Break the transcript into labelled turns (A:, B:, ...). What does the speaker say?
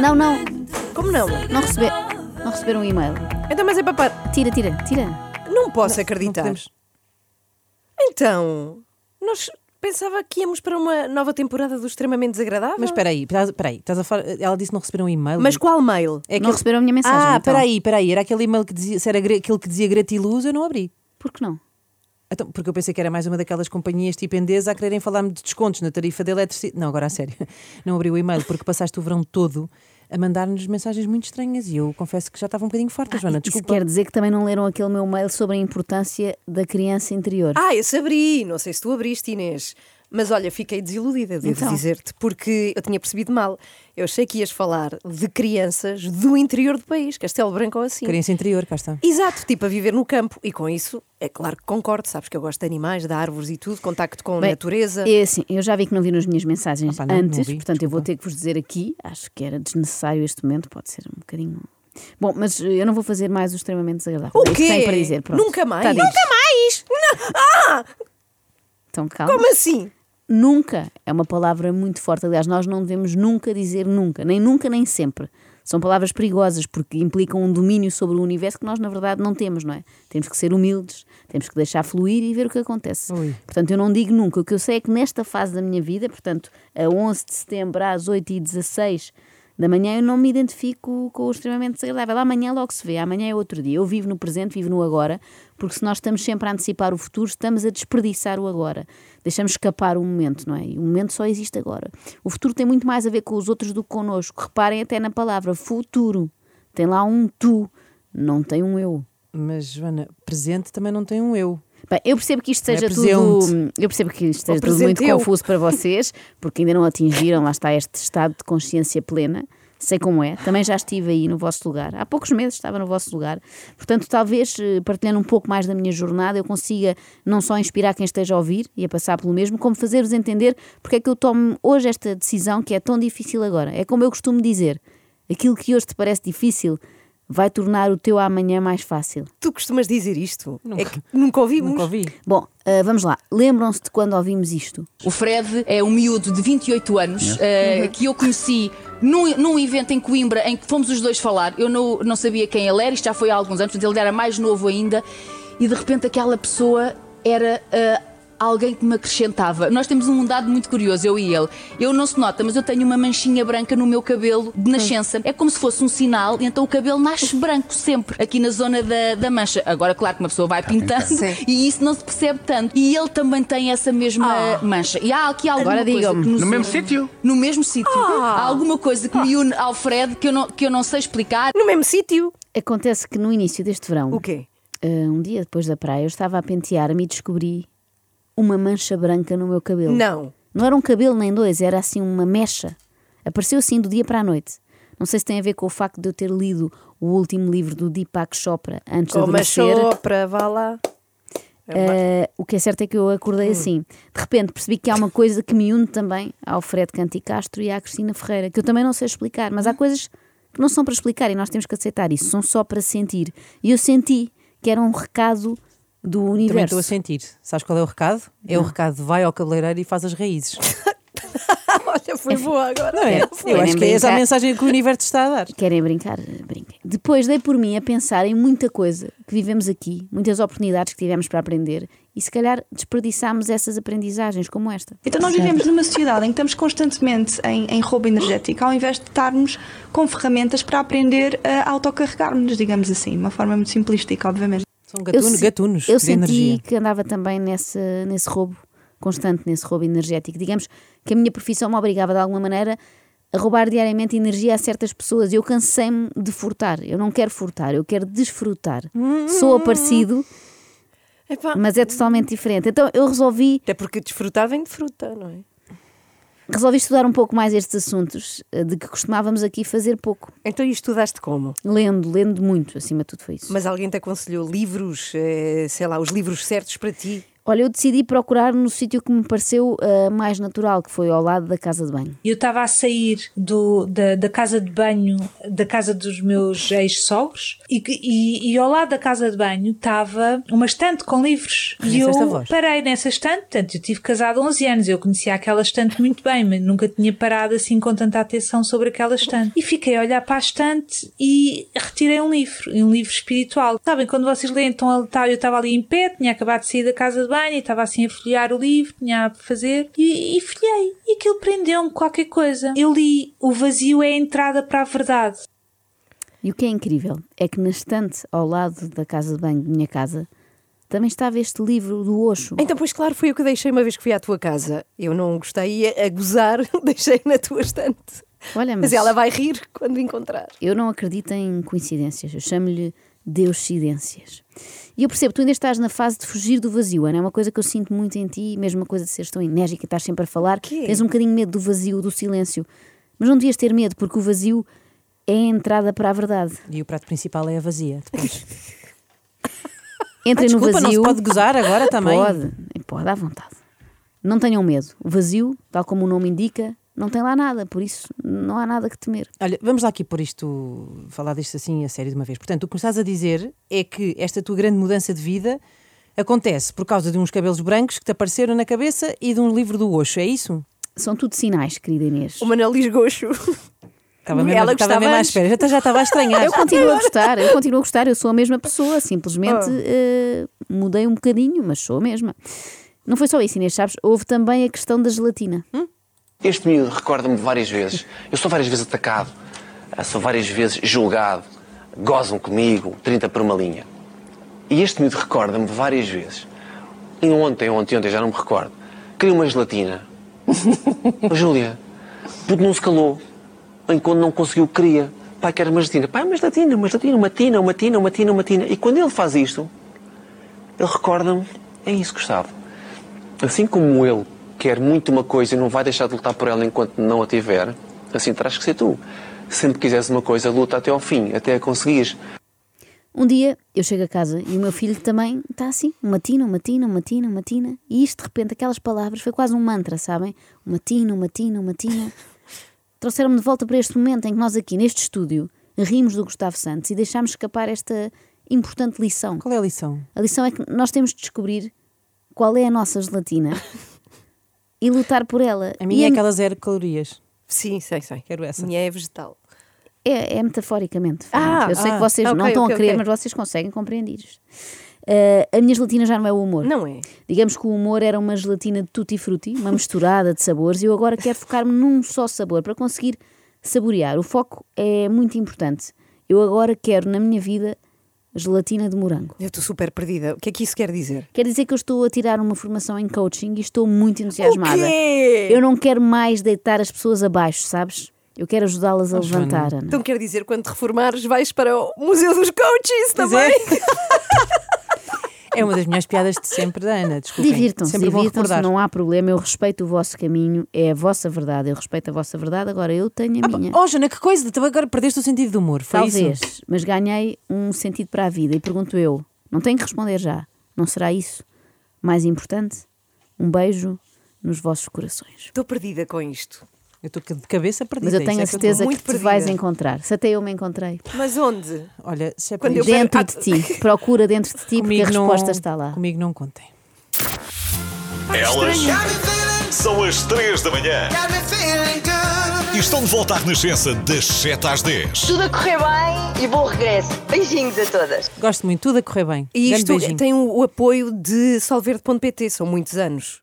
A: Não, não,
B: Como não?
A: não receber, não receber um e-mail.
B: Então, mas é para. par-
A: Tira, tira, tira.
B: Não posso
C: não
B: acreditar.
C: podemos.
B: Então, nós pensava que íamos para uma nova temporada do Extremamente Desagradável.
C: Mas espera aí, espera espera aí. Estás a falar... Ela disse que não receberam um e-mail.
B: Mas qual mail?
C: É
A: Não receberam a minha mensagem,
C: Ah,
A: então.
C: espera aí, espera aí. Era aquele e-mail que dizia, se era gra- aquele que dizia gratiluz, eu não abri.
A: Por que não?
C: Então, porque eu pensei que era mais uma daquelas companhias tipo Endesa a quererem falar-me de descontos na tarifa de eletricidade. Não, agora a sério. Não abri o e-mail porque passaste o verão todo a mandar-nos mensagens muito estranhas e eu confesso que já estava um bocadinho forte,
B: Ah,
C: Joana.
A: Ah, Isso
C: Desculpa.
A: quer dizer que também não leram aquele meu mail sobre a importância da criança interior.
B: Ah, esse abri. Não sei se tu abriste, Inês. Mas olha, fiquei desiludida, devo
A: Então?
B: dizer-te, porque eu tinha percebido mal. Eu achei que ias falar de crianças do interior do país, Castelo Branco ou
A: é.
B: assim.
C: Criança interior, cá está.
B: Exato, tipo a viver no campo. E com isso, é claro que concordo, sabes que eu gosto de animais, de árvores e tudo, contacto com a
A: Bem,
B: natureza.
A: É assim, eu já vi que não vi nas minhas mensagens
C: Opa, não- não
A: antes,
C: vi,
A: portanto eu vou ter que vos dizer aqui, acho que era desnecessário este momento, pode ser um bocadinho. Bom, mas eh, eu não vou fazer mais o extremamente desagradável.
B: O
A: É isto que
B: quê?
A: tenho para dizer, pronto.
B: Nunca mais?
A: Tá dito.
B: Nunca mais!
A: Então calma.
B: Como assim?
A: Nunca é uma palavra muito forte. Aliás, nós não devemos nunca dizer nunca, nem nunca, nem sempre. São palavras perigosas porque implicam um domínio sobre o universo que nós, na verdade, não temos, não é? Temos que ser humildes, temos que deixar fluir e ver o que acontece.
C: Ui.
A: Portanto, eu não digo nunca. O que eu sei é que nesta fase da minha vida, portanto, a 11 de setembro às 8h16 da manhã, eu não me identifico com o extremamente desagradável. Amanhã logo se vê, amanhã é outro dia. Eu vivo no presente, vivo no agora, porque se nós estamos sempre a antecipar o futuro, estamos a desperdiçar o agora. Deixamos escapar o momento, não é? E o momento só existe agora. O futuro tem muito mais a ver com os outros do que connosco. Reparem até na palavra futuro. Tem lá um tu, não tem um eu.
C: Mas, Joana, presente também não tem um eu.
A: Bem, eu percebo que isto
C: Não é
A: seja tudo.
C: presente.
A: Eu percebo que isto seja
B: Ou
A: tudo
B: presente
A: muito
B: eu.
A: confuso para vocês, porque ainda não atingiram, lá está, este estado de consciência plena. Sei como é, também já estive aí no vosso lugar. Há poucos meses estava no vosso lugar. Portanto, talvez eh, partilhando um pouco mais da minha jornada, eu consiga não só inspirar quem esteja a ouvir e a passar pelo mesmo, como fazer-vos entender porque é que eu tomo hoje esta decisão que é tão difícil agora. É como eu costumo dizer: aquilo que hoje te parece difícil vai tornar o teu amanhã mais fácil.
B: Tu costumas dizer isto?
C: Nunca.
B: É que nunca ouvimos.
C: Nunca ouvi.
A: Bom, ah, vamos lá. Lembram-se de quando ouvimos isto?
D: O Fred é um miúdo de 28 anos eh, que eu conheci num, num evento em Coimbra em que fomos os dois falar. Eu não, não sabia quem ele era, isto já foi há alguns anos, portanto ele era mais novo ainda e de repente aquela pessoa era. eh, Alguém que me acrescentava. Nós temos um dado muito curioso, eu e ele. Eu não se nota, mas eu tenho uma manchinha branca no meu cabelo de nascença. É como se fosse um sinal, então o cabelo nasce branco sempre, aqui na zona da, da mancha. Agora, claro que uma pessoa vai pintando e isso não se percebe tanto. E ele também tem essa mesma Eh, mancha. E há aqui Ah. alguma
A: Agora
D: Ah. coisa
A: digam-me.
D: que nos
E: No mesmo
D: une.
E: sítio?
D: No mesmo sítio. Há alguma coisa que me une ao Fred que eu não, que eu não sei explicar.
B: No mesmo sítio?
A: Acontece que no início deste verão,
B: O quê?
A: ah, um dia depois da praia, eu estava a pentear-me e descobri uma mancha branca no meu cabelo.
B: Não.
A: Não era um cabelo nem dois, era assim uma mecha. Apareceu assim do dia para a noite. Não sei se tem a ver com o facto de eu ter lido o último livro do Deepak Chopra antes de
B: Como a
A: adormecer.
B: sopra, vá lá.
A: Uh, o que é certo é que eu
C: Hum.
A: acordei assim. De repente percebi que há uma coisa que me une também ao Fred Canti Castro e à Cristina Ferreira, que eu também não sei explicar, mas há
C: Hum.
A: coisas que não são para explicar e nós temos que aceitar isso, são só para sentir. E eu senti que era um recado do
C: Também
A: universo.
C: estou a sentir. Sabes qual é o recado? É o recado de vai ao cabeleireiro e faz as raízes.
B: Olha, foi boa agora.
C: Não é? Eu
A: nem
C: acho que é essa a
A: brincar.
C: mensagem que o universo está a dar.
A: Querem brincar? Brinquem. Depois dei por mim a pensar em muita coisa que vivemos aqui, muitas oportunidades que tivemos para aprender e se calhar desperdiçámos essas aprendizagens como esta.
F: Então nós vivemos numa sociedade em que estamos constantemente em, em roubo energético, ao invés de estarmos com ferramentas para aprender a autocarregar-nos, digamos assim, de uma forma muito simplística, obviamente.
C: São gatuno-
A: se-
C: gatunos
A: eu
C: de
A: senti
C: energia.
A: que andava também nesse, nesse roubo constante, nesse roubo energético. Digamos que a minha profissão me obrigava de alguma maneira a roubar diariamente energia a certas pessoas. Eu cansei-me de furtar. Eu não quero furtar, eu quero desfrutar.
C: Hum.
A: Sou aparecido,
B: Epá,
A: mas é totalmente diferente. Então eu resolvi
B: Até porque desfrutar vem de fruta, não é?
A: resolvi estudar um pouco mais estes assuntos eh, de que costumávamos aqui fazer pouco,
B: Então e estudaste como?
A: lendo, lendo muito, acima de tudo foi isso.
B: Mas alguém te aconselhou livros, eh, sei lá, os livros certos para ti?
A: Olha, eu decidi procurar no sítio que me pareceu ah, mais natural, que foi ao lado da casa de banho.
E: Eu estava a sair do- da, da casa de banho, da casa dos meus ex-sogros, e, que- e- e ao lado da casa de banho estava uma estante com livros. E eu
C: Conheceste a voz?
E: parei nessa estante, portanto, eu tive casado há 11 anos, eu conhecia aquela estante muito bem, mas nunca tinha parado assim com tanta atenção sobre aquela estante. E fiquei a olhar para a estante e retirei um livro, e um livro espiritual. Sabem, quando vocês leem então a letar, eu estava ali em pé, tinha acabado de sair da casa de banho e estava assim a folhear o livro, tinha a fazer, e, e folhei. E aquilo prendeu-me qualquer coisa. Eu li O Vazio é a Entrada para a Verdade.
A: E o que é incrível é que na estante ao lado da casa de banho de minha casa também estava este livro do Osho.
B: Então, pois claro, foi o que deixei uma vez que fui à tua casa. Eu não gostei e a, a gozar, deixei na tua estante.
A: Olha, mas-
B: Mas ela vai rir quando encontrar.
A: Eu não acredito em coincidências, eu chamo-lhe deuscidências. E eu percebo, tu ainda estás na fase de fugir do vazio, Ana, é uma coisa que eu sinto muito em ti, mesmo a coisa de seres tão enérgica e estás sempre a falar,
B: Quê?
A: tens um bocadinho de medo do vazio, do silêncio. Mas não devias ter medo, porque o vazio é a entrada para a verdade.
C: E o prato principal é a vazia. Depois.
A: Entrem
C: Ah, desculpa,
A: no
C: não se
A: vazio.
C: pode gozar agora também.
A: Pode, pode, à vontade. Não tenham medo. O vazio, tal como o nome indica, não tem lá nada, por isso não há nada que temer.
C: Olha, vamos lá aqui pôr isto, falar disto assim a sério de uma vez. Portanto, o que me estás a dizer é que esta tua grande mudança de vida acontece por causa de uns cabelos brancos que te apareceram na cabeça e de um livro do Osho, é isso?
A: São tudo sinais, querida Inês.
B: O Manalis Goxo.
C: Estava
B: Ela
C: mesmo, estava
B: gostava
C: mesmo à
B: antes.
C: espera, já, tá- já estava a estranhar.
A: Eu continuo a gostar, eu continuo a gostar, eu sou a mesma pessoa, simplesmente eh, mudei um bocadinho, mas sou a mesma. Não foi só isso, Inês, sabes? Houve também a questão da gelatina.
G: Este miúdo recorda-me de várias vezes. Eu sou várias vezes atacado, ah, sou várias vezes julgado, gozam comigo, 30 por uma linha. E este miúdo recorda-me várias vezes. E ontem, ontem, ontem, já não me recordo, queria uma gelatina. Mas, Júlia, porque não se calou. Enquanto não conseguiu, queria. Pai, quer uma gelatina. Pai, uma gelatina, uma gelatina, uma tina, uma tina, uma tina, uma tina. E quando ele faz isto, ele recorda-me, é isso, Gustavo. Assim como ele quer muito uma coisa e não vai deixar de lutar por ela enquanto não a tiver, assim terás que ser tu. Sempre que quiseres uma coisa, luta até ao fim, até a conseguires.
A: Um dia eu chego a casa e o meu filho também está assim, uma tina, uma tina, uma tina, uma tina. E isto, de repente, aquelas palavras, foi quase um mantra, sabem? Uma tina, uma tina, uma tina. Trouxeram-me de volta para este momento em que nós aqui, neste estúdio, rimos do Gustavo Santos e deixámos escapar esta importante lição.
C: Qual é a lição?
A: A lição é que nós temos de descobrir qual é a nossa gelatina e lutar por ela.
C: A minha
A: E
C: é
A: é,
C: aquela zero calorias.
B: Sim, sei, sei.
C: Quero essa.
B: Minha é vegetal.
A: é- é metaforicamente.
B: Ah,
A: Fernanda. eu sei
C: ah,
A: que vocês
B: ok,
A: não estão
B: ok,
A: a querer,
B: ok.
A: mas vocês conseguem compreender isto. Eh, a minha gelatina já não é o humor.
B: Não é?
A: Digamos que o humor era uma gelatina de tutti-frutti, uma misturada de sabores, e eu agora quero focar-me num só sabor para conseguir saborear. O foco é muito importante. Eu agora quero, na minha vida, gelatina de morango.
B: Eu estou super perdida. O que é que isso quer dizer?
A: Quer dizer que eu estou a tirar uma formação em coaching e estou muito entusiasmada.
B: O quê?
A: Eu não quero mais deitar as pessoas abaixo, sabes? Eu quero ajudá-las a levantar, Ana.
B: Então quer dizer, quando te reformares, vais para o Museu dos Coaches também?
C: É uma das minhas piadas de sempre da Ana, desculpem.
A: Divirtam-se,
C: sempre vou
A: divirtam-se,
C: recordar.
A: não há problema. Eu respeito o vosso caminho, é a vossa verdade. Eu respeito a vossa verdade, agora eu tenho a minha.
C: Oh, Jana, que coisa, tu agora perdeste o sentido do humor, foi
A: é? Talvez,
C: isso?
A: mas ganhei um sentido para a vida. E pergunto eu, não tenho que responder já. Não será isso mais importante? Um beijo nos vossos corações.
B: Estou perdida com isto.
C: Eu estou de cabeça perdida.
A: Mas eu
C: isso
A: tenho
C: é
A: a
C: que eu
A: certeza
C: tô-
A: que
B: muito
A: te vais
B: perdida.
A: encontrar. Se até eu me encontrei.
B: Mas onde?
C: Olha, se é
B: Quando
C: para
B: eu
C: isto-
A: Dentro
B: quero-
A: de ti. Procura dentro de ti porque a
C: ah, comigo não-
A: resposta está lá.
C: Comigo não contem.
H: Elas são as 3 da manhã e estão de volta à Renascença das 7 às 10.
I: Tudo a correr bem e bom regresso. Beijinhos a todas.
C: Gosto muito, tudo a correr bem.
A: é
B: E
C: Grande
B: isto
C: beijinho.
B: tem o, o apoio de solverde.pt, são muitos anos.